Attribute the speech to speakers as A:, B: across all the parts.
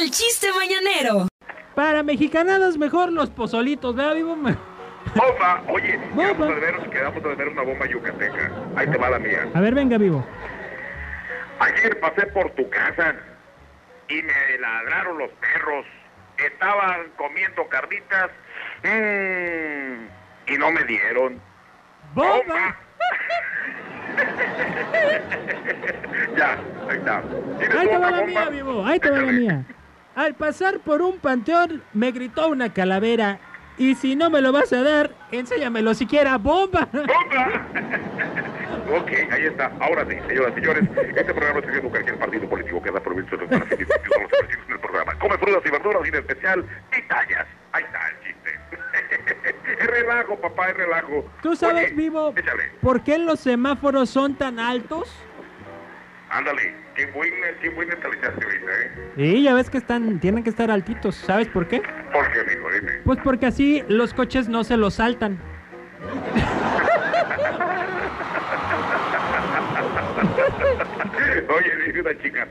A: el chiste mañanero.
B: Para mexicanadas mejor los pozolitos, ¿verdad, Vivo?
C: Bomba, oye,
B: Bomba.
C: quedamos de ver, quedamos de ver una bomba yucateca. Ahí te va la mía.
B: A ver, venga, Vivo.
C: Ayer pasé por tu casa y me ladraron los perros. Estaban comiendo carnitas mm, y no me dieron.
B: ¡Bomba!
C: ya, ahí está. ¿Tienes
B: Ahí te va
C: otra
B: la
C: bomba?
B: mía, Vivo. Ahí te va la
C: Échale.
B: mía. Al pasar por un panteón me gritó una calavera. Y si no me lo vas a dar, enséñamelo siquiera, bomba.
C: ¡Bomba! ok, ahí está. Ahora sí, señoras y señores, este programa es dirigido a cualquier partido político que da provecho de los beneficios de los beneficios en el programa. Come frutas y verduras y en especial pitayas. Ahí está el chiste. es relajo, papá, es relajo.
B: ¿Tú sabes,
C: Oye,
B: Vivo,
C: Échale,
B: por qué los semáforos son tan altos?
C: ándale. Qué buena, qué buena te la echaste ahorita, ¿eh?
B: Sí, ya ves que están, tienen que estar altitos. ¿Sabes por qué?
C: ¿Por qué, amigo? Dime.
B: Pues porque así los coches no se los saltan.
C: Oye, dice una chica,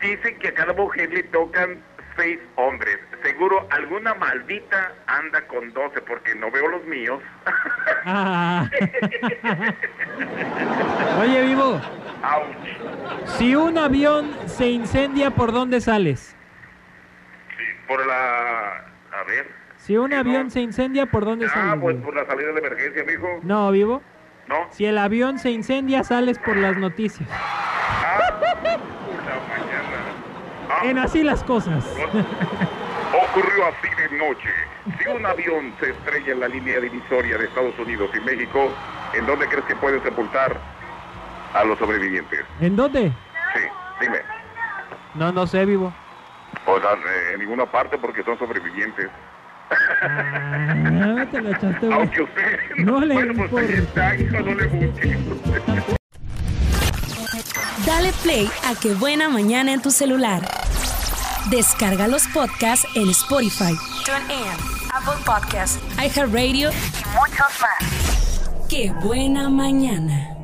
C: dicen que a cada mujer le tocan seis hombres. Seguro alguna maldita anda con doce porque no veo los míos.
B: Ah. Oye, Vivo,
C: Ouch.
B: si un avión se incendia, ¿por dónde sales?
C: Sí, por la... A ver.
B: Si un
C: Sí, no.
B: avión se incendia, ¿por dónde sales?
C: Ah, pues
B: Vivo?
C: por la salida de emergencia, mijo.
B: No, Vivo.
C: No.
B: Si el avión se incendia, sales por las noticias.
C: Ah, puta mañana. Ah,
B: En así las cosas.
C: Ocurrió así de noche. Si un avión se estrella en la línea divisoria de Estados Unidos y México, ¿en dónde crees que pueden sepultar a los sobrevivientes?
B: ¿En dónde?
C: Sí, dime.
B: No, no sé, Vivo.
C: O sea, eh, en ninguna parte porque son sobrevivientes.
B: Ah, te la echaste, güey.
C: Aunque usted...
B: No le
C: bueno, pues ahí
B: importa.
C: está, hijo, no le busque.
A: Dale play a Qué buena mañana en tu celular. Descarga los podcasts en Spotify, TuneIn, Apple Podcasts, iHeartRadio y muchos más. Qué buena mañana.